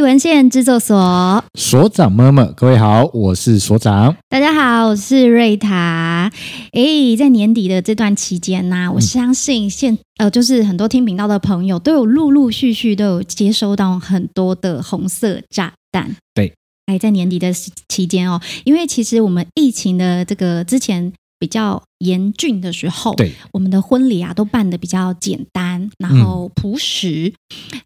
根线制作所。所长妈妈，各位好，我是所长。大家好，我是瑞塔。诶，在年底的这段期间呢、嗯我相信现呃，就是很多听频道的朋友都有陆陆续续都有接收到很多的红色炸弹。对，哎，在年底的时期间哦，因为其实我们疫情的这个之前比较严峻的时候，对，我们的婚礼啊都办得比较简单，然嗯后朴实。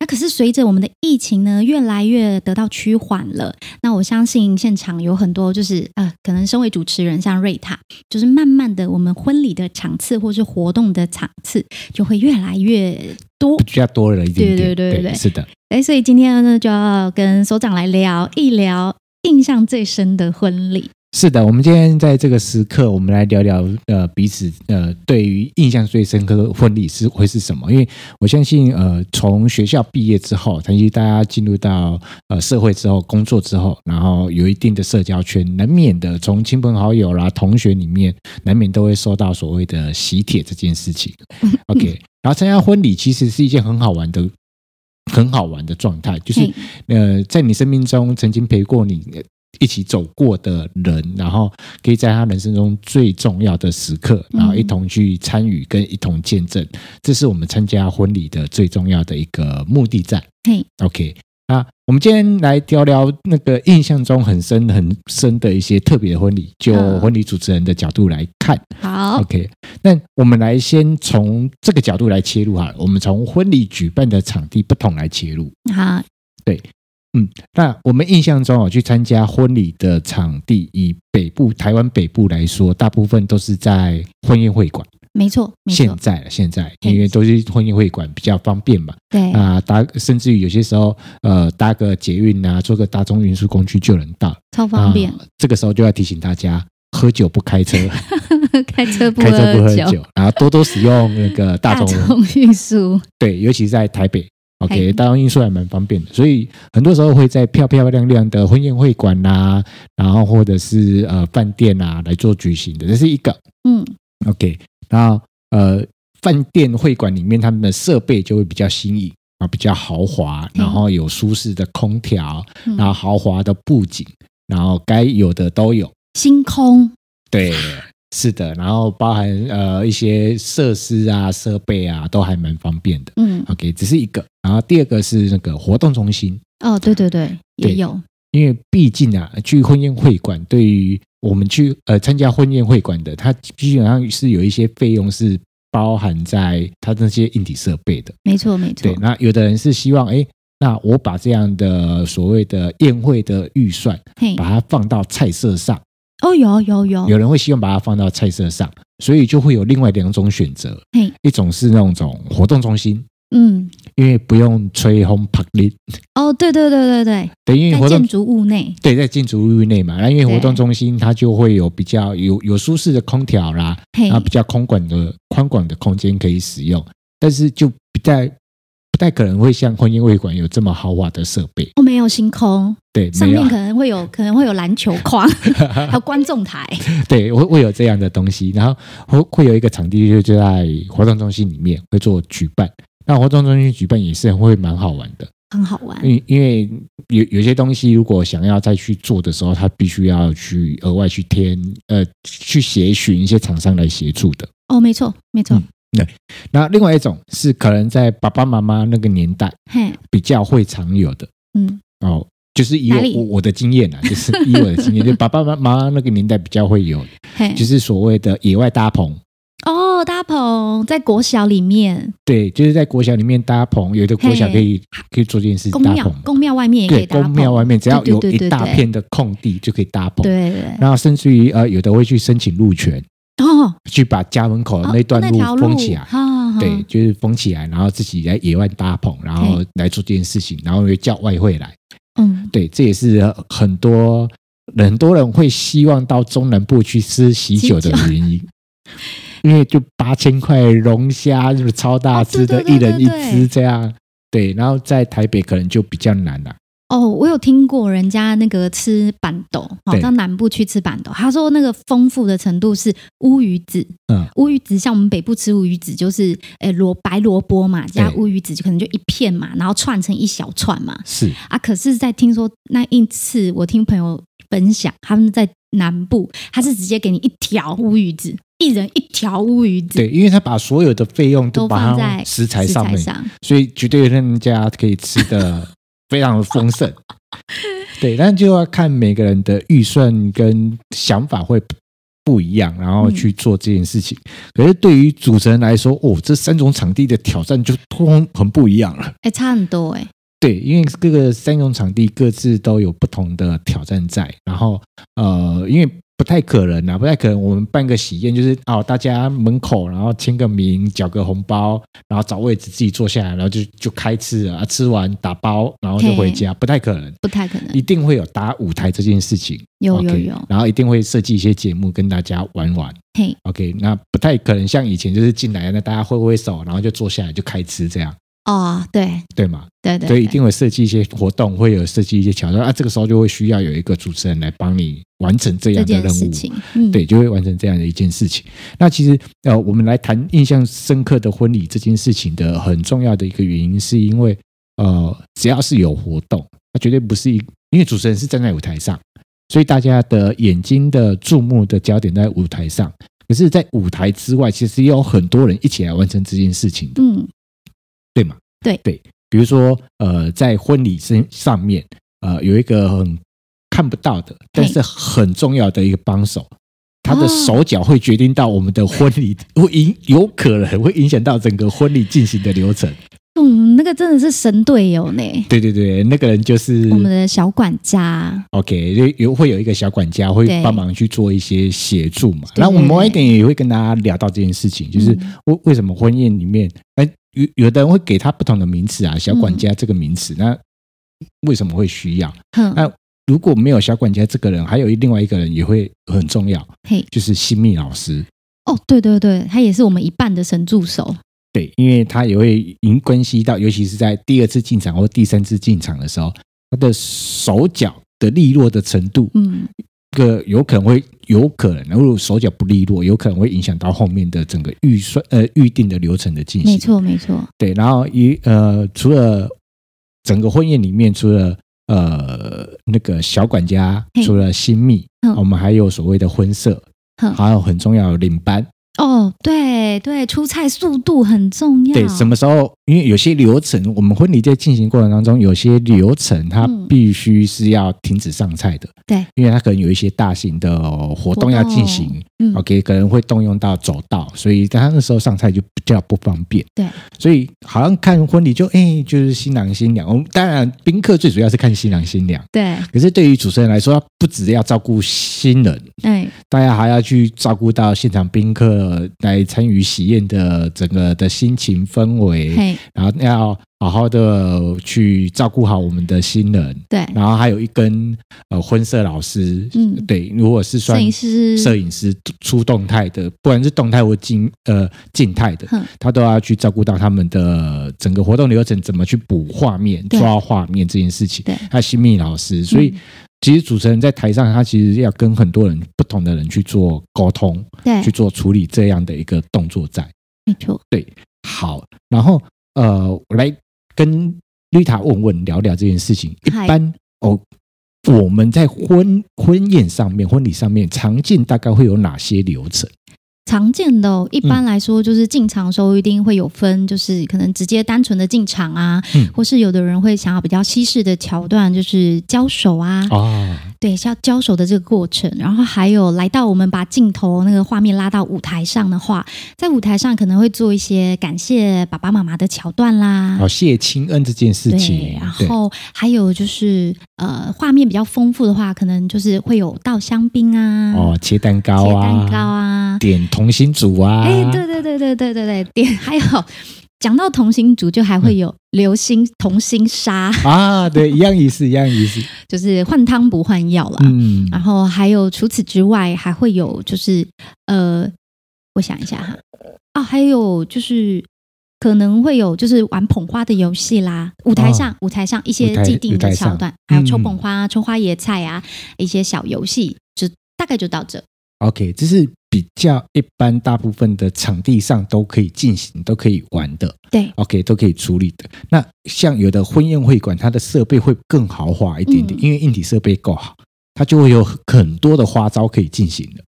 那可是随着我们的疫情呢越来越得到趋缓了，那我相信现场有很多就是呃，可能身为主持人像瑞塔，就是慢慢的我们婚礼的场次或是活动的场次就会越来越多。比较多了一点对点。对对对是的，哎，所以今天呢就要跟所长来聊一聊印象最深的婚礼。是的。我们今天在这个时刻，我们来聊聊呃彼此呃对于印象最深刻的婚礼是会是什么？因为我相信呃从学校毕业之后，尤其大家进入到呃社会之后、工作之后，然后有一定的社交圈，难免的从亲朋好友啦、同学里面，难免都会收到所谓的喜帖这件事情。OK，然后参加婚礼其实是一件很好玩的。很好玩的状态，就是嘿呃，在你生命中曾经陪过你、呃一起走过的人，然后可以在他人生中最重要的时刻，嗯然后一同去参与跟一同见证，这是我们参加婚礼的最重要的一个目的在。嘿 OK，那我们今天来聊聊那个印象中很深很深的一些特别的婚礼，就嗯婚礼主持人的角度来看。好， OK，那我们来先从这个角度来切入哈，我们从婚礼举办的场地不同来切入。好，嗯，那我们印象中哦，去参加婚礼的场地，以北部台湾北部来说，大部分都是在婚宴会馆。没错，没现错，在了，现在嘿因为都是婚宴会馆比较方便嘛，对，啊、搭甚至于有些时候，呃，搭个捷运啊，坐个大众运输工具就能到，超方便，啊这个时候就要提醒大家。喝酒不开车， 开车 不开车不喝酒。酒，然后多多使用那个大众运 输，对，尤其是在台北。台 OK，北大众运输还蛮方便的，所以很多时候会在漂漂亮亮的婚宴会馆啦、然后或者是呃饭店啊来做举行的，这是一个嗯， OK。然后呃，饭店会馆里面他们的设备就会比较新颖啊，比较豪华，嗯然后有舒适的空调，嗯然后豪华的布景，然后该有的都有。星空，对，是的，然后包含呃一些设施啊、设备啊，都还蛮方便的。嗯， OK，只是一个。然后第二个是那个活动中心，哦，对对对，也对有，因为毕竟啊，去婚宴会馆对于我们去呃参加婚宴会馆的，它基本上是有一些费用是包含在它那些硬体设备的。没错没错对，，那有的人是希望，哎，那我把这样的所谓的宴会的预算，嘿，把它放到菜色上，哦，有有有，有人会希望把它放到菜色上，所以就会有另外两种选择嘿，一种是那种活动中心，嗯，因为不用吹烘拍力，哦，对对对对对，等于活在动建筑物内，对，在建筑物内嘛，那因为对活动中心它就会有比较有有舒适的空调啦，嘿然，后比较空广的宽广的空间可以使用，但是就不太不太可能会像婚宴会馆有这么豪华的设备，哦，没有星空，对，上没面有啊可，能会有可能会有篮球 框，还有观众台，对，会会有这样的东西，然后会会有一个场地就就在活动中心里面会做举办，那活动中心举办也是会蛮好玩的，很好玩，因因为有有些东西，如果想要再去做的时候，他必须要去额外去添呃去协寻一些厂商来协助的。哦，没错没错嗯，那另外一种是可能在爸爸妈妈那个年代嘿，比较会常有的嗯，哦，就是以哪里我我我的经验啊， 就是以我的经验，就爸爸妈妈那个年代比较会 有，嘿就，是所谓的野外搭棚。哦，搭棚在国小里面，对，就是在国小里面搭棚，有的国小嘿可以可以做这件事，公搭庙棚。公庙外面也可对，以搭公棚，庙外面只要对有对对一对大对片的空地就可以搭棚。对对对，然后甚至于呃，有的会去申请路权，哦，去把家门口的哦那段那路条嗯封起来，哈哈对，就是封起来，然后自己来野外搭棚，然后来做这件事情，然后又叫外汇来，嗯，对，这也是呃很多很多人会希望到中南部去吃喜酒的原因。因为就八千块龙虾，就是超大哦只的，对对一人一对对只这样。对，然后在台北可能就比较难了、哦，我有听过人家那个吃板豆，好对到南部去吃板豆，他说那个丰富的程度是乌鱼子，嗯，乌鱼子像我们北部吃乌鱼子就是，诶、萝白萝卜嘛，加对乌鱼子就可能就一片嘛，然后串成一小串嘛，是啊，可是，在听说那一次，我听朋友分享，他们在南部，他是直接给你一条乌鱼子，一人一条乌鱼子，对，因为他把所有的费用都都把放它在食材食上材面，上，所以绝对让人家可以吃的非常的丰盛。对，但就要看每个人的预算跟想法会不不一样，然后去做这件事情。可是对于主持人来说，哦，这三种场地的挑战就通通很不一样了。哎、差很多哎、对，因为各个三种场地各自都有不同的挑战在，然后呃，因为不太可能啊，不太可能，我们办个喜宴就是哦，大家门口然后签个名，缴个红包，然后找位置自己坐下来，然后就就开吃了啊，吃完打包，然后就回家，不太可能，不太可能一。定会有搭舞台这件事情有有 OK，有，然后一定会设计一些节目跟大家玩玩。嘿， OK，那不太可能像以前就是进来那大家挥挥手，然后就坐下来就开吃这样，哦，对对吗？对对，所以一定会设计一些活动，会有设计一些桥段啊，这个时候就会需要有一个主持人来帮你完成这这样的件任事务。情，嗯，对，就会完成这样的一件事情。那其实，呃，我们来谈印象深刻的婚礼这件事情的很重要的一个原因，是因为，呃，只要是有活动，它绝对不是一，因为主持人是站在舞台上，所以大家的眼睛的注目的焦点在舞台上。可是，在舞台之外，其实也有很多人一起来完成这件事情的。嗯，对吗？对对，比如说呃，在婚礼身上面，呃，有一个很看不到的，但是很重要的一个帮手，他的哦手脚会决定到我们的婚礼，会影有可能会影响到整个婚礼进行的流程。嗯，那个真的是神队友呢，对对对，那个人就是我们的小管家，嗯 OK，就有会有一个小管家会对帮忙去做一些协助嘛。对那我们对晚一点也会跟大家聊到这件事情，就是嗯为为什么婚宴里面，哎、有有的人会给他不同的名词啊，小嗯管家这个名词，那为什么会需要？哼，那如果没有小管家这个人，还有另外一个人也会很重要，嘿，就是新密老师。哦，对对对，他也是我们一半的神助手，对，因为他也会影关系到，尤其是在第二次进场或第三次进场的时候，他的手脚的利落的程度，嗯，个有可能会有可能，如果手脚不利落，有可能会影响到后面的整个预算呃预定的流程的进没行。错没错，对，然后一呃，除了整个婚宴里面，除了呃那个小管家，嘿除了新密，嗯我们还有所谓的婚社，哼还有很重要的领班。哦，对对，出菜速度很重要，对，什么时候？因为有些流程，我们婚礼在进行过程当中，有些流程它嗯必须是要停止上菜的，对，因为它可能有一些大型的活动要进行，嗯 OK，可能会动用到走道，所以他那时候上菜就比较不方便。对，所以好像看婚礼就哎、就是新郎新娘。我们当然宾客最主要是看新郎新娘，对，可是对于主持人来说，他不只要照顾新人，哎，大家还要去照顾到现场宾客来参与喜宴的整个的心情氛围，嘿，然后要好好的去照顾好我们的新人，对，然后还有一根呃婚摄老师，嗯对，如果是算摄影师，摄影师出动态的，不管是动态或静呃静态的哼，他都要去照顾到他们的整个活动流程，怎么去补画面、对抓画面这件事情。对嗯还有新密老师，所以其实主持人在台上，他其实要跟很多人、不同的人去做沟通，对去，做处理这样的一个动作在。没错，好，然后呃，我来跟绿塔问问聊聊这件事情。一嗨般哦，我们在婚婚宴上面、婚礼上面常见大概会有哪些流程？常见的、哦，一嗯般来说就是进场的时候一定会有分，就是可能直接单纯的进场啊，嗯或是有的人会想要比较西式的桥段，就是交手啊，哦，对，像交手的这个过程，然后还有来到我们把镜头那个画面拉到舞台上的话，在舞台上可能会做一些感谢爸爸妈妈的桥段啦。好，谢亲恩这件事对，情，然哦对后还有就是，呃，画面比较丰富的话，可能就是会有倒香槟啊，哦，切蛋糕切啊，蛋糕啊，点同心组啊，哎、对对对对对对对， 点还有讲到同心组，就还会嗯有流星同心沙， 啊，对，一样意思，一样意思，就是换汤不换药啦。嗯，然后还有除此之外，还会有就是呃，我想一下哈，哦，还有就是可能会有就是玩捧花的游戏啦，舞台上、舞台上一哦舞些台既定舞台的上桥段，还有抽嗯捧花、抽花野菜啊，一些小游戏，就大概就到这。 OK，这是比较一般，大部分的场地上都可以进行、都可以玩的。对，OK，都可以处理的。那像有的婚宴会馆，它的设备会更豪华一点点，嗯因为硬体设备够好，它就会有很多的花招可以进行的。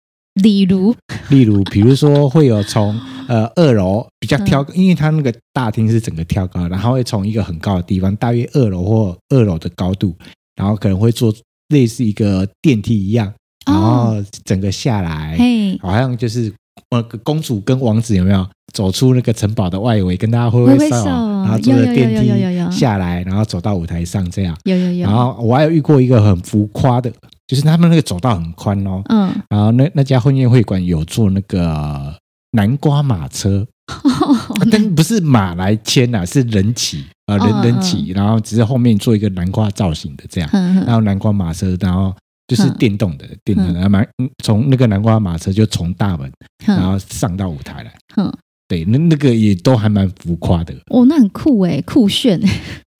例如，例如，比如说会有从呃二楼比较挑，嗯因为它那个大厅是整个挑高，然后会从一个很高的地方，大约二楼或二楼的高度，然后可能会做类似一个电梯一样，然哦，后整个下来。嘿，好像就是呃，公主跟王子有没有走出那个城堡的外围，跟大家挥挥手，挥手然后坐着有有有电有有有有梯下来，然后走到舞台上这样。有有然有，后我还有遇过一个很浮夸的，就是他们那个走道很宽哦，嗯，然后那那家婚宴会馆有做那个南瓜马 车，啊但不是马来牵啊，是人骑啊、嗯人人嗯骑，然后只是后面做一个南瓜造型的这样。嗯然后南瓜马车，然后就是嗯嗯电动的，电动的，然后马从那个南瓜马车就从大门，然哼后上到舞台来。哼，对，那那个也都还蛮浮夸的，哦，那很酷哎，酷炫，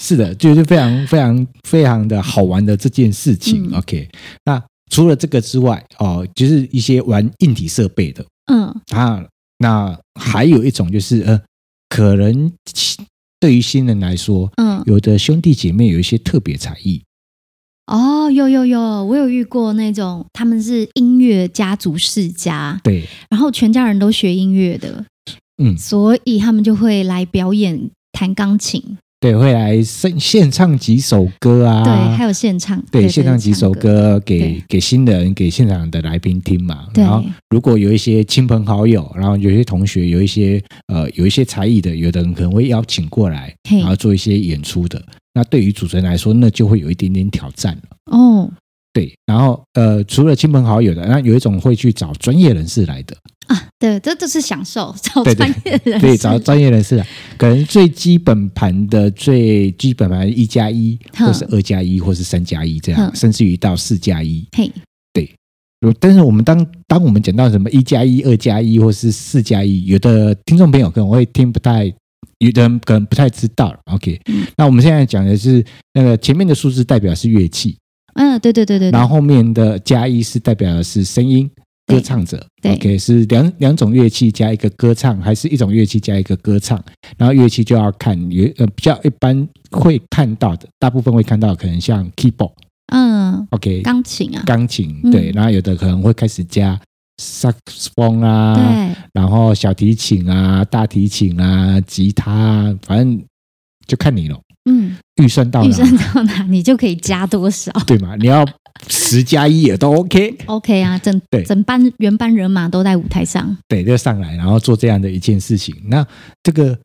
是的，就是非常非常非常的好玩的这件事情。嗯 OK，那除了这个之外，哦，就是一些玩硬体设备的嗯啊，那还有一种就是呃，可能对于新人来说，嗯，有的兄弟姐妹有一些特别才艺，哦，有有有，我有遇过那种他们是音乐家族世家，对，然后全家人都学音乐的，嗯，所以他们就会来表演弹钢琴，对，会来献献唱几首歌啊，对，还有现场，对，献唱几首，歌给对给新人、给现场的来宾听嘛。对然后如果有一些亲朋好友，然后有一些同学，有一些呃有一些才艺的，有的人可能会邀请过来，嘿然后做一些演出的。那对于主持人来说，那就会有一点点挑战了。哦对，然后呃，除了亲朋好友的，那有一种会去找专业人士来的，啊，对，这这是享受，找对对专业 人士，对，找专业人士来，可能最基本盘的最基本盘一加一，或是二加一，或是三加一这样，哼甚至于到四加一。嘿，有但是我们当当我们讲到什么一加一、二加一或是四加一，有的听众朋友可能会听不太，有的人可能不太知道。OK，、嗯那我们现在讲的是那个前面的数字代表是乐器，嗯，对对对对，对然后后面的加一是代表的是声音。对歌唱者对，OK，是两两种乐器加一个歌唱，还是一种乐器加一个歌唱？然后乐器就要看有呃比较一般会看到的，大部分会看到可能像 keyboard，OK，、嗯，钢琴啊，钢琴，嗯对，然后有的可能会开始加萨克斯风啊，对，然后小提琴啊、大提琴啊、吉他啊，反正就看你咯，嗯，预算到预哪，算到哪你就可以加多少。 对吗？你要十加一也都 OK， OK 啊，整对整班原班人马都在舞台上，对，就上来，然后做这样的一件事情。那这个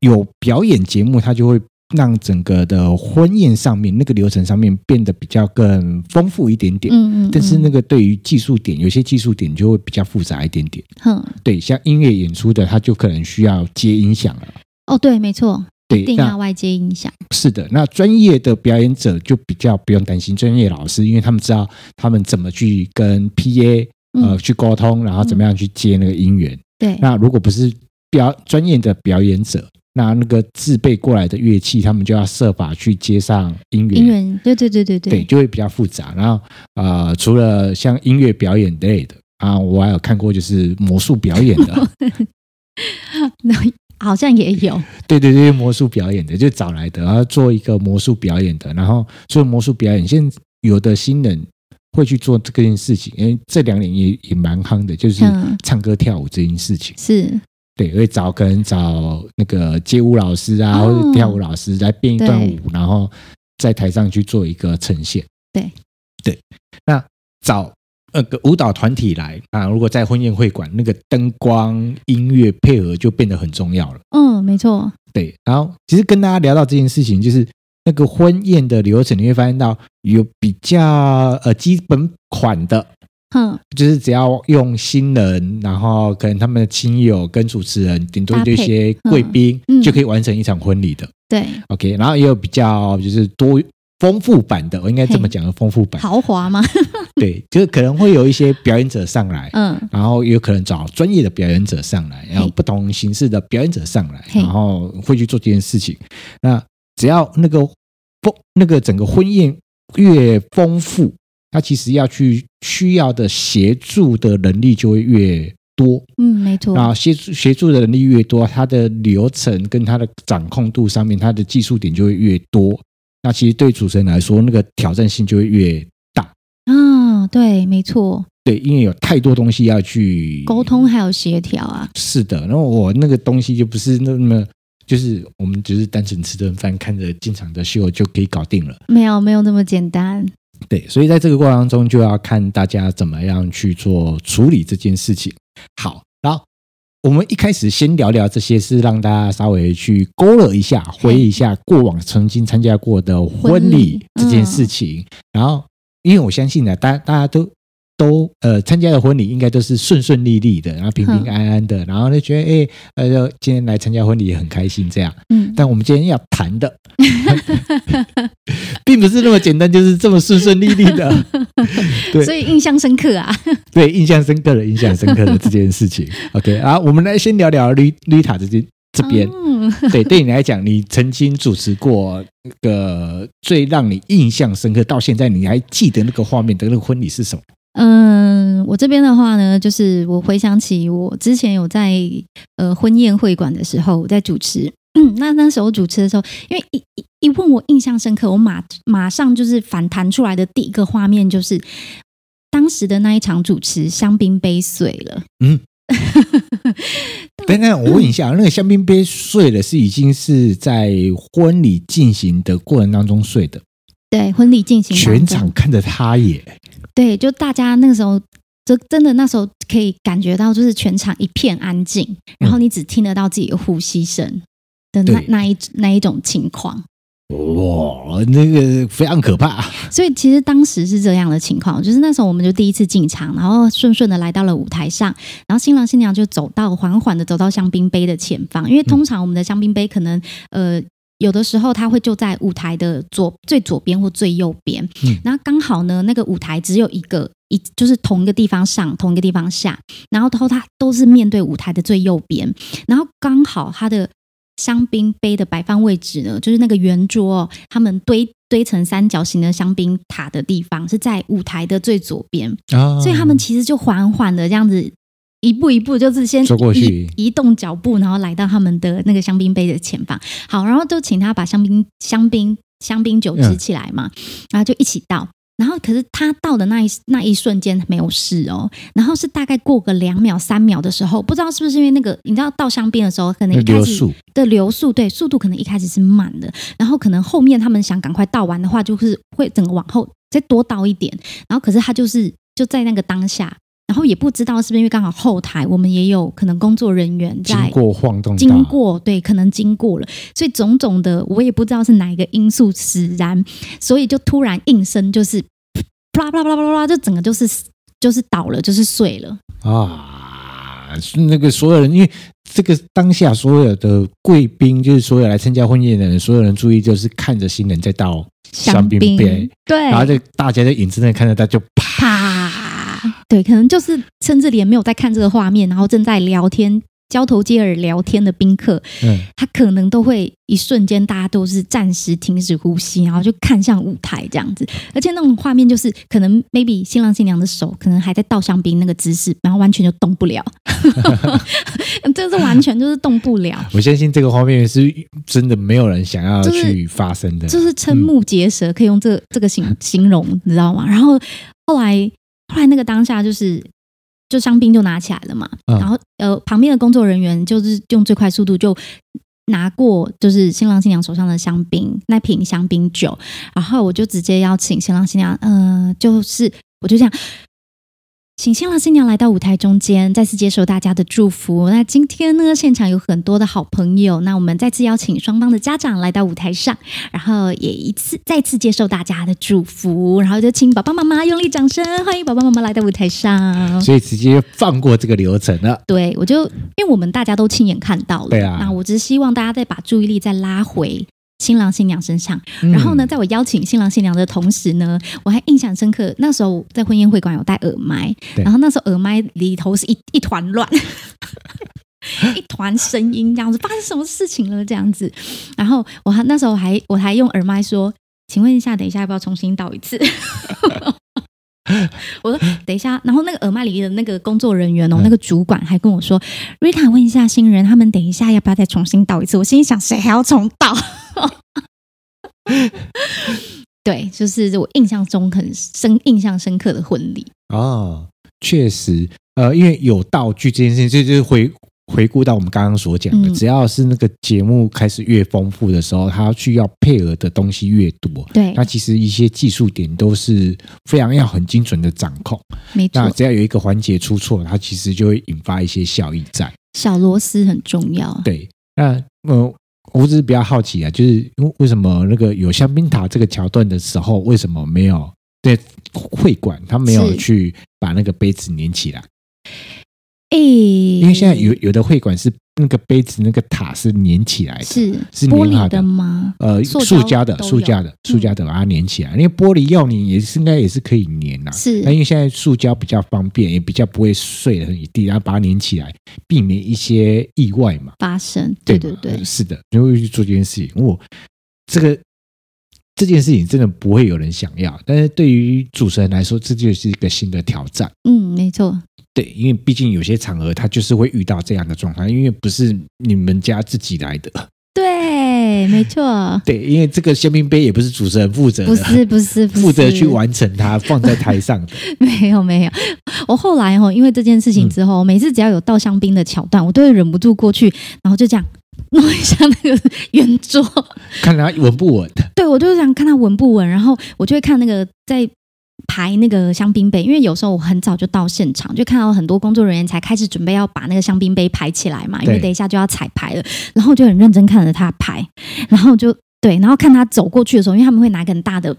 有表演节目，它就会。让整个的婚宴上面那个流程上面变得比较更丰富一点点，嗯嗯，但是那嗯个对于技术点，有些技术点就会比较复杂一点点。哼，对，像音乐演出的，他就可能需要接音响了。哦对，没错，一对，定要那外接音响，是的，那专业的表演者就比较不用担心专业老师，因为他们知道他们怎么去跟 PA 呃、嗯，去沟通，然后怎么样去接那个音源。对，那如果不是表专业的表演者，那那个自备过来的乐器，他们就要设法去接上音源。音源，对对对对对，对，就会比较复杂。然后呃，除了像音乐表演类的啊，我还有看过就是魔术表演的， 那 好像也有，对对对，魔术表演的就找来的，然后做一个魔术表演的，然后做魔术表演。现在有的新人会去做这件事情，因为这两年也也蛮夯的，就是嗯唱歌跳舞这件事情。是，对，会找可能找那个街舞老师啊，哦或者跳舞老师来编一段对舞，然后在台上去做一个呈现。对对，那找那个舞蹈团体来啊，如果在婚宴会馆，那个灯光音乐配合就变得很重要了。嗯，没错，对，然后其实跟大家聊到这件事情，就是那个婚宴的流程，你会发现到有比较呃基本款的，哼，就是只要用新人，然后可能他们的亲友跟主持人，顶多搭就配一些贵宾，嗯就可以完成一场婚礼的。 对， OK，然后也有比较就是多丰富版的，我应该这么嘿讲，丰富版。豪华吗？对，就是可能会有一些表演者上来，嗯，然后也有可能找专业的表演者上来，然后不同形式的表演者上来，嘿然后会去做这件事情。那只要那个丰那个整个婚宴越丰富，它其实要去需要的协助的能力就会越多。嗯，没错，那协助协助的能力越多，它的流程跟它的掌控度上面，它的技术点就会越多。那其实对主持人来说，那个挑战性就会越嗯，对，没错，对，因为有太多东西要去沟通还有协调啊，是的，然后我那个东西就不是那么，就是我们只是单纯吃顿饭，看着进场的秀就可以搞定了。没有没有那么简单，对，所以在这个过程当中，就要看大家怎么样去做处理这件事情。好，然后我们一开始先聊聊这些，是让大家稍微去勾勒一下，回忆一下过往曾经参加过的婚婚礼礼这件事情。然后，因为我相信呢，大大家都。都呃参加的婚礼应该都是顺顺利利的，然后平平嗯安安的，然后就觉得哎、呃今天来参加婚礼也很开心这样。嗯，但我们今天要谈的， 并不是那么简单，就是这么顺顺利利的。对所以印象深刻啊，对，印象深刻的，印象深刻的这件事情。OK，啊，我们来先聊聊绿绿塔这件这边。嗯，对，对你来讲，你曾经主持过那个最让你印象深刻，到现在你还记得那个画面的那个婚礼是什么？嗯，我这边的话呢，就是我回想起我之前有在呃婚宴会馆的时候，我在主持。嗯，那那时候主持的时候，因为一一一问我印象深刻，我马马上就是反弹出来的第一个画面就是当时的那一场主持香槟杯碎了。等等，我问一下，那个香槟杯碎了是已经是在婚礼进行的过程当中碎的，对，婚礼进行当中全场看着他耶。对，就大家那个时候，就真的那时候可以感觉到，就是全场一片安静，然后你只听得到自己的呼吸声的那、嗯对那一那一种情况。哇，那个非常可怕。所以其实当时是这样的情况，就是那时候我们就第一次进场，然后顺顺的来到了舞台上，然后新郎新娘就走到缓缓的走到香槟杯的前方，因为通常我们的香槟杯可能呃。有的时候它会就在舞台的左最左边或最右边，嗯然后刚好呢，那个舞台只有一个一就是同一个地方上，同一个地方下，然后都它都是面对舞台的最右边，然后刚好它的香槟杯的摆放位置呢，就是那个圆桌、哦，他们堆堆成三角形的香槟塔的地方是在舞台的最左边，啊所以他们其实就缓缓的这样子。一步一步就是先走过去移移动脚步，然后来到他们的那个香槟杯的前方。好，然后就请他把香槟、香槟、香槟酒支起来嘛，然后就一起倒。然后可是他倒的那一那一瞬间没有事哦，然后是大概过个两秒、三秒的时候，不知道是不是因为那个你知道倒香槟的时候，可能那一开流始速的流速，对速度可能一开始是慢的，然后可能后面他们想赶快倒完的话，就是会整个往后再多倒一点，然后可是他就是就在那个当下，然后也不知道是不是因为刚好后台我们也有可能工作人员经在。过晃动大，经过对，可能经过了，所以种种的我也不知道是哪一个因素使然，所以就突然应声就是啪啪啪啪啪啪，就整个就是就是倒了，就是碎了。啊，是那个所有人，因为这个当下所有的贵宾，就是所有来参加婚宴的人，所有人注意就是看着新人在倒香槟杯，对，然后就大家在影子内看着 他就啪，啪，对，可能就是甚至连没有在看这个画面，然后正在聊天、交头接耳聊天的宾客，嗯，他可能都会一瞬间，大家都是暂时停止呼吸，然后就看向舞台这样子。而且那种画面就是，可能 maybe 新郎新娘的手可能还在倒香槟那个姿势，然后完全就动不了， 这是完全就是动不了。我相信这个画面是真的没有人想要就是去发生的，就是瞠目结舌，可以用这这个形形容，你知道吗？然后后来后来那个当下就是。就香槟就拿起来了嘛，嗯然后呃，旁边的工作人员就是用最快速度就拿过就是新郎新娘手上的香槟那瓶香槟酒，然后我就直接邀请新郎新娘，呃，就是我就这样，请新郎新娘来到舞台中间，再次接受大家的祝福。那今天呢，现场有很多的好朋友，那我们再次邀请双方的家长来到舞台上，然后也一次再次接受大家的祝福，然后就请爸爸妈妈用力掌声，欢迎爸爸妈妈来到舞台上。所以直接放过这个流程了。对，我就因为我们大家都亲眼看到了，对啊那我只是希望大家再把注意力再拉回新郎新娘身上。嗯然后呢，，在我邀请新郎新娘的同时呢，我还印象深刻，那时候在婚宴会馆有戴耳麦，对然后那时候耳麦里头是一一团乱。 一团声音，这样子发生什么事情了？这样子，然后我还那时候还我还用耳麦说：“请问一下，等一下要不要重新倒一次？” 我说：“等一下。”然后那个耳麦里的那个工作人员哦，嗯那个主管还跟我说：“Rita，问一下新人，他们等一下要不要再重新倒一次？”我心里想：“谁还要重倒？”对，就是我印象中很深、印象深刻的婚礼。哦，确实，呃，因为有道具这件事情，这就是回回顾到我们刚刚所讲的，嗯只要是那个节目开始越丰富的时候，它需要配合的东西越多。对那，其实一些技术点都是非常要很精准的掌控。没那错，只要有一个环节出错，它其实就会引发一些效益在。小螺丝很重要。对，那呃，我只是比较好奇啊，就是因为为什么那个有香槟塔这个桥段的时候，为什么没有在会馆他没有是去把那个杯子粘起来？哎，因为现在有有的会馆是那个杯子那个塔是粘起来的，是是玻粘好璃的的吗？呃，塑塑胶的、都塑有嗯胶的、塑胶的把它粘起来，因为玻璃要粘也是应该也是可以粘呐、是那因为现在塑胶比较方便，也比较不会碎了一地，然后把它粘起来，避免一些意外嘛。发生，对对吗对呃，是的，你会去做这件事情。我这个这件事情真的不会有人想要，但是对于主持人来说，这就是一个新的挑战。嗯，没错，对，因为毕竟有些场合他就是会遇到这样的状况，因为不是你们家自己来的。 对，没错，对，因为这个香槟杯也不是主持人负责不的，是不是不是 负责去，完成它，放在台上的。 没有没有。我后来哦，因为这件事嗯情之后，每次只要有倒香槟的桥段，我都会忍不住过去，然后就这样。弄一下那个圆桌，看它稳不稳。对我就是想看它稳不稳，然后我就会看那个在排那个香槟杯，因为有时候我很早就到现场，就看到很多工作人员才开始准备要把那个香槟杯排起来嘛，因为对等一下就要彩排了，然后我就很认真看着他排，然后就对，然后看他走过去的时候，因为他们会拿一个很大的。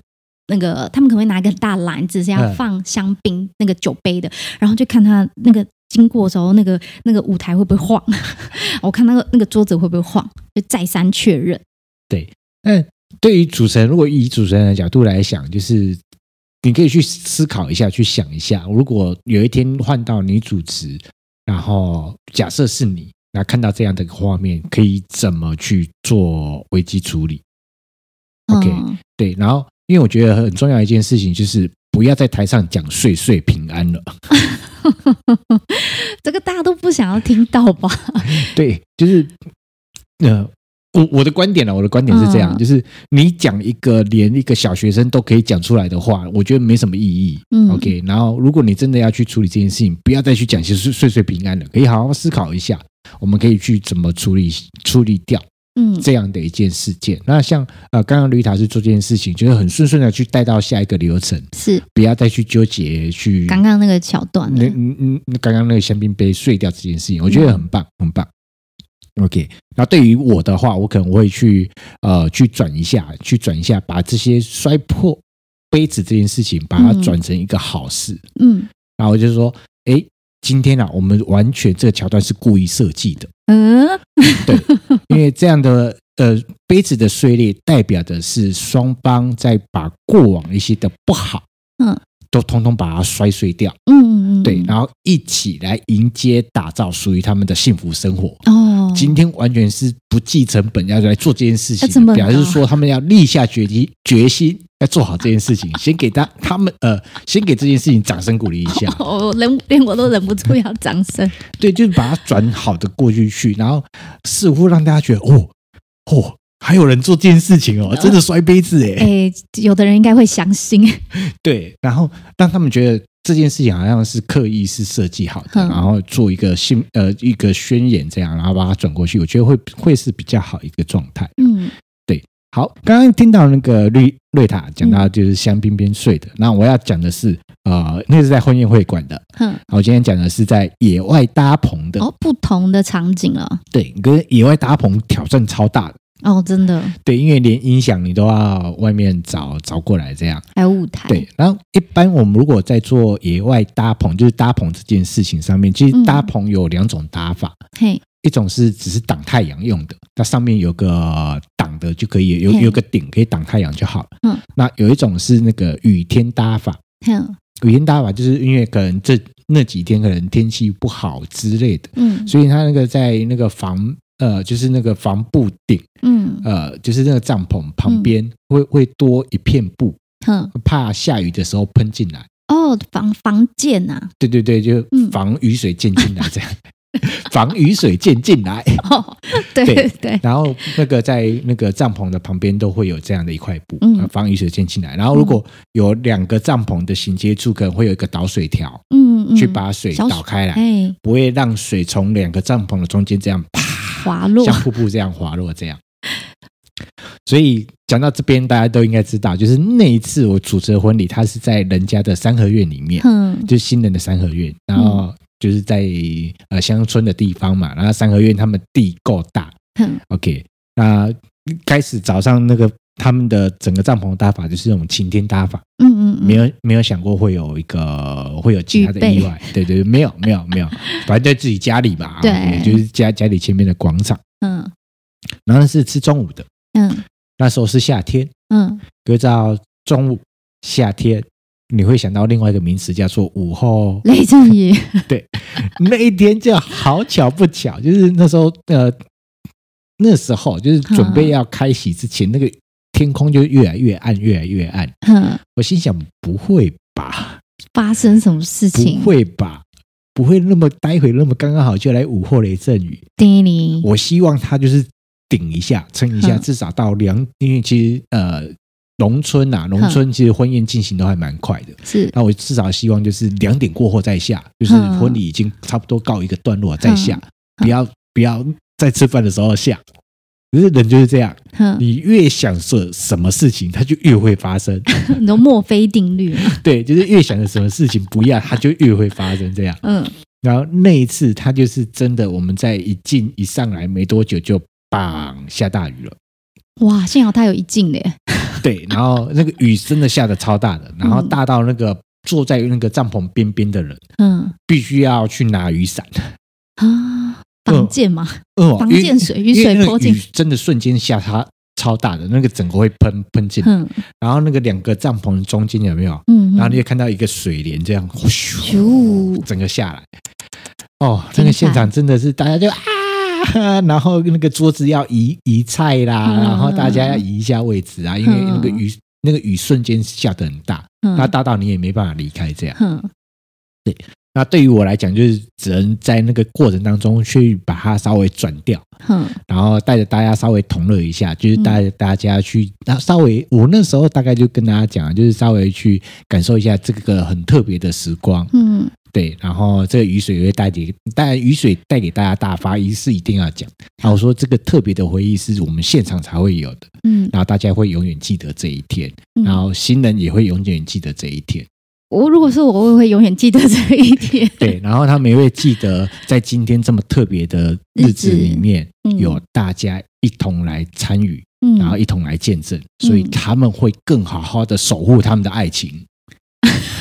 那个他们可能会拿一个很大的篮子是要嗯放香槟、那个酒杯的，然后就看他那个经过的时候，那个那个舞台会不会晃， 我看那个那个桌子会不会晃，就再三确认。那对于主持人，如果以主持人的角度来想，就是你可以去思考一下，去想一下，如果有一天换到你主持，然后假设是你，那看到这样的画面，可以怎么去做危机处理？OK 嗯对，然后因为我觉得很重要一件事情就是。不要在台上讲“岁岁平安”了， 这个大家都不想要听到 吧？对，就是，呃，我我的观点呢，我的观点是这样，嗯就是你讲一个连一个小学生都可以讲出来的话，我觉得没什么意义。嗯 OK，然后如果你真的要去处理这件事情，不要再去讲些岁岁岁平安了，可以好好思考一下，我们可以去怎么处理处理掉嗯，这样的一件事件。那像呃，刚刚绿塔是做这件事情，就是很顺顺的去带到下一个流程，是不要再去纠结去刚刚那个桥段了那嗯嗯，刚刚那个香槟杯碎掉这件事情，我觉得很棒，嗯很棒。OK，那对于我的话，我可能会去呃去转一下，去转一下，把这些摔破杯子这件事情，把它嗯转成一个好事。嗯然后我就说，哎，今天啊，我们完全这个桥段是故意设计 的，嗯，因为这样的呃杯子的碎裂代表的是双方在把过往一些的不好，嗯，都通通把它摔碎掉，嗯嗯嗯，对，然后一起来迎接打造属于他们的幸福生活。哦，今天完全是不计成本要来做这件事要成情本的，表示高说他们要立下决心，决心要做好这件事情。先给他他们呃，先给这件事情掌声鼓励一 下。哦，忍连我都忍不住要掌声， 对，就是把它转好的过去去，然后似乎让大家觉得哦哦，还有人做这件事情哦，真的摔杯子哎、哎，有的人应该会相信， 对，然后让他们觉得这件事情好像是刻意是设计好的，嗯然后做一个信呃一个宣言这样，然后把它转过去，我觉得会会是比较好一个状态。嗯好，刚刚听到那个瑞瑞塔讲嗯到就是香槟边睡的，那我要讲的是呃，那个是在婚宴会馆的，哼，我今天讲的是在野外搭棚的，哦，不同的场景了，对，跟野外搭棚挑战超大的。哦，真的，对，因为连音响你都要外面找找过来这样。还有舞台，对，然后一般我们如果在做野外搭棚，就是搭棚这件事情上面，其嗯实搭棚有两种搭法，嘿，一种是只是挡太阳用的，它上面有个呃挡的就可以，有嘿有个顶可以挡太阳就好了。嗯，那有一种是那个雨天搭法，哼雨天搭法就是因为可能这那几天可能天气不好之类的，嗯所以它那个在那个房呃就是那个房布顶嗯呃就是那个帐篷旁边会、会多一片布，哼怕下雨的时候喷进来。哦，防防溅呐、对对对，就嗯防雨水溅进来这样， 防雨水溅进来。 哦，对对对对，然后那个在那个帐篷的旁边都会有这样的一块布，嗯呃防雨水溅进来。然后如果有两个帐篷的衔接处，可能会有一个导水条、嗯嗯，去把水小导开来，哎不会让水从两个帐篷的中间这样啪，滑落像，瀑布这样滑落这样。所以讲到这边，大家都应该知道，就是那一次我主持的婚礼，它是在人家的三合院里面，哼就是新人的三合院，然后嗯就是在呃乡村的地方嘛，然后三合院他们地够大，哼 OK，那开始早上那个他们的整个帐篷搭法就是那种晴天搭法，嗯嗯嗯，没有没有想过会有一个会有其他的预备意外，对对，对没有没有 没有，反正在自己家里吧，对就是家家里前面的广场，嗯然后那是吃中午的，嗯那时候是夏天，嗯，，隔到中午夏天。你会想到另外一个名词叫做午后雷阵 雨，那一天就好巧不巧，就是那时候呃，那时候就是准备要开席之前，那个天空就越来越暗，越来越暗。哼，我心想，不会吧，嗯发生什么事不情？会吧，不会那么待会那么刚刚好就来午后雷阵雨。叮铃，我希望它就是顶一下，撑一下，嗯至少到两，因为其实呃，农村啊，农村其实婚宴进行都还蛮快的。是那我至少希望就是两点过后再下，就是嗯婚礼已经差不多告一个段落再下，嗯不要不要在吃饭的时候下。可是人就是这样，哼，你越想着什么事情，它就越会发生。 你说墨菲定律嘛，对，就是越想着什么事情不要，它就越会发生这样。嗯然后那一次，它就是真的，我们在一进一上来没多久就。棒，下大雨了，哇，幸好他有一进嘞，对，然后那个雨真的下的超大的，然后嗯大到那个坐在那个帐篷边边的人嗯必须要去拿雨伞，嗯啊，防溅嘛，哦，防因为溅水雨因为水那泼个进雨，真的瞬间下它超大的，那个整个会喷喷进来，哼然后那个两个帐篷中间有没有？嗯，然后你就看到一个水帘这样，咻咻，整个下来。哦，那个现场真的是大家就啊，然后那个桌子要移移菜啦，嗯然后大家要移一下位置啊，因为嗯那个雨那个雨瞬间下得很大，嗯那大到你也没办法离开这样。哼那对于我来讲，就是只能在那个过程当中去把它稍微转掉。哼然后带着大家稍微同乐一下，嗯就是带着大家去，然后稍微我那时候大概就跟大家讲，就是稍微去感受一下这个很特别的时光，嗯对，然后这个雨水也会带给，当然雨水带给大家大发一是一定要讲，然后我说这个特别的回忆是我们现场才会有的，嗯，然后大家会永远记得这一天，嗯然后新人也会永远记得这一天，我如果是我，我也会永远记得这一天， 对，然后他们也会记得在今天这么特别的日子里面嗯有大家一同来参与。嗯，然后一同来见证，所以他们会更好好的守护他们的爱情。嗯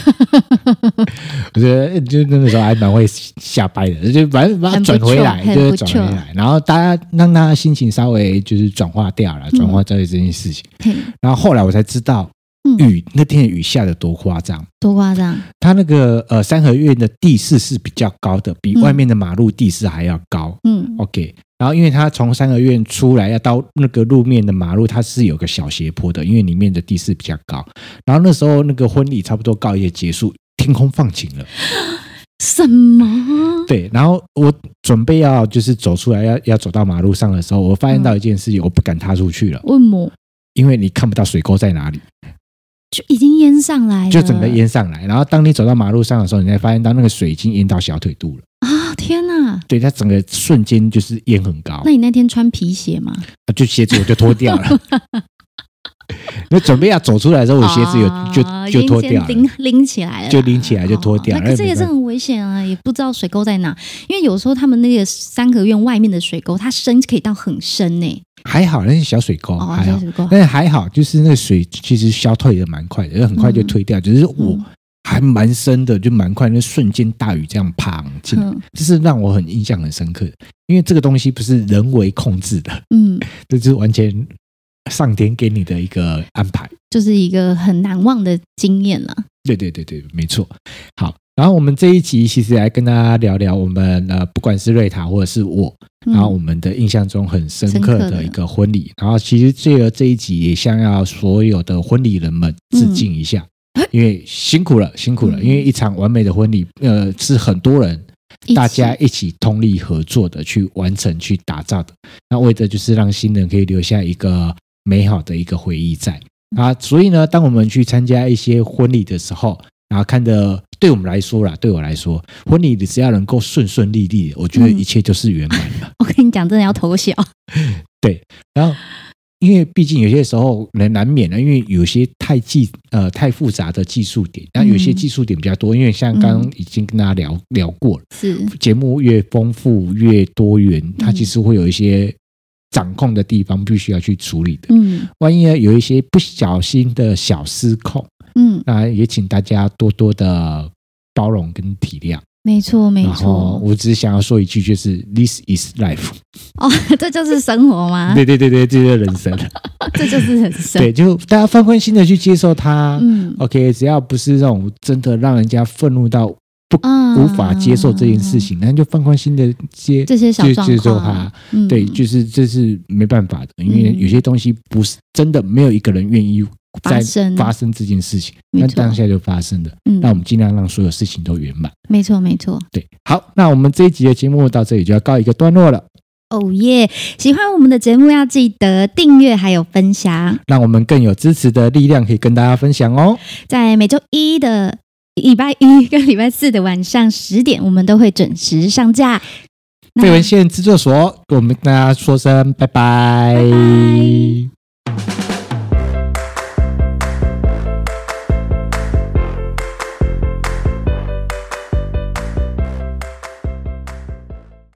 我觉得就那个时候还蛮会吓掰的，就反正把它很不转回来，错就是很不转回错来，然后大家让他心情稍微就是转化掉嗯了，转化掉这件事情。嘿然后后来我才知道，嗯雨那天的雨下的多夸张。多夸张，它那个呃三合院的地势是比较高的，比嗯外面的马路地势还要高。嗯 OK，然后因为它从三合院出来要到那个路面的马路，它是有个小斜坡的，因为里面的地势比较高。然后那时候那个婚礼差不多告一个结束，天空放晴了，什么？对。然后我准备要就是走出来要要走到马路上的时候，我发现到一件事情，我不敢踏出去了，为么因为你看不到水沟在哪里，就已经淹上来了？就整个淹上来。然后当你走到马路上的时候，你才发现到那个水已经淹到小腿肚了，啊！天哪！对，它整个瞬间就是淹很高。那你那天穿皮鞋吗？啊就鞋子我就脱掉了。 那准备要走出来的时候，我鞋子有、啊就就脱掉已经先了，拎拎起来了，就拎起来就脱掉哦了。那可是哎也是没办法很危险啊，也不知道水沟在哪，因为有时候他们那个三合院外面的水沟，它深可以到很深呢、还好，那是小水沟，哦，还这好。水沟，但是还好，就是那个水其实消退的蛮快的，很快就退掉。只是我嗯还蛮深的，就蛮快，那瞬间大雨这样啪进来，嗯这是让我很印象很深刻的。因为这个东西不是人为控制的，嗯，这就是完全上天给你的一个安排。就是一个很难忘的经验了。对对对对，没错。好，然后我们这一集其实来跟大家聊聊我们呃，不管是瑞塔或者是我，嗯然后我们的印象中很深深刻刻的的一个婚礼。然后其实借由这一集，也向要所有的婚礼人们致敬一下，因为辛苦了，辛苦了。嗯因为一场完美的婚礼，呃，是很多人一起大家一起通力合作的去完成、去打造的。那为的就是让新人可以留下一个美好的一个回忆在嗯啊。所以呢，当我们去参加一些婚礼的时候，然后看的对我们来说啦，对我来说，婚礼你只要能够顺顺利利，我觉得嗯一切就是圆 满了。 我跟你讲，真的要投 降。然后，因为毕竟有些时候人难免啊的，因为有些太技呃太复杂的技术点，那有些嗯技术点比较多，因为像刚刚嗯已经跟大家聊、聊过了。是，节目越丰富越多元，它嗯其实会有一些掌控的地方必须要去处理的。嗯万一呢有一些不小心的小失控，嗯，那也请大家多多的包容跟体谅。没错没然后错。我只是想要说一句，就是 This is life。哦， 这就是生活吗？对对对对，这就是 人生。这就是人生。对，就大家放宽心的去接受它。嗯 OK，只要不是那种真的让人家愤怒到啊无法接受这件事，嗯情，那、就放宽心的接这些小接状接受它况。。嗯对，就是这是没办法的，因为嗯有些东西不是真的，没有一个人愿意在发生发生这件事情，没那错当下就发生了。嗯那我们尽量让所有事情都圆满。没错没错。对，好，那我们这一集的节目到这里就要告一个段落了，哦耶！喜欢我们的节目要记得订阅还有分享，让我们更有支持的力量可以跟大家分享哦。在每周一的。礼拜一跟礼拜四的晚上十点，我们都会准时上架。那费文献制作所，我们跟大家说声拜拜拜拜。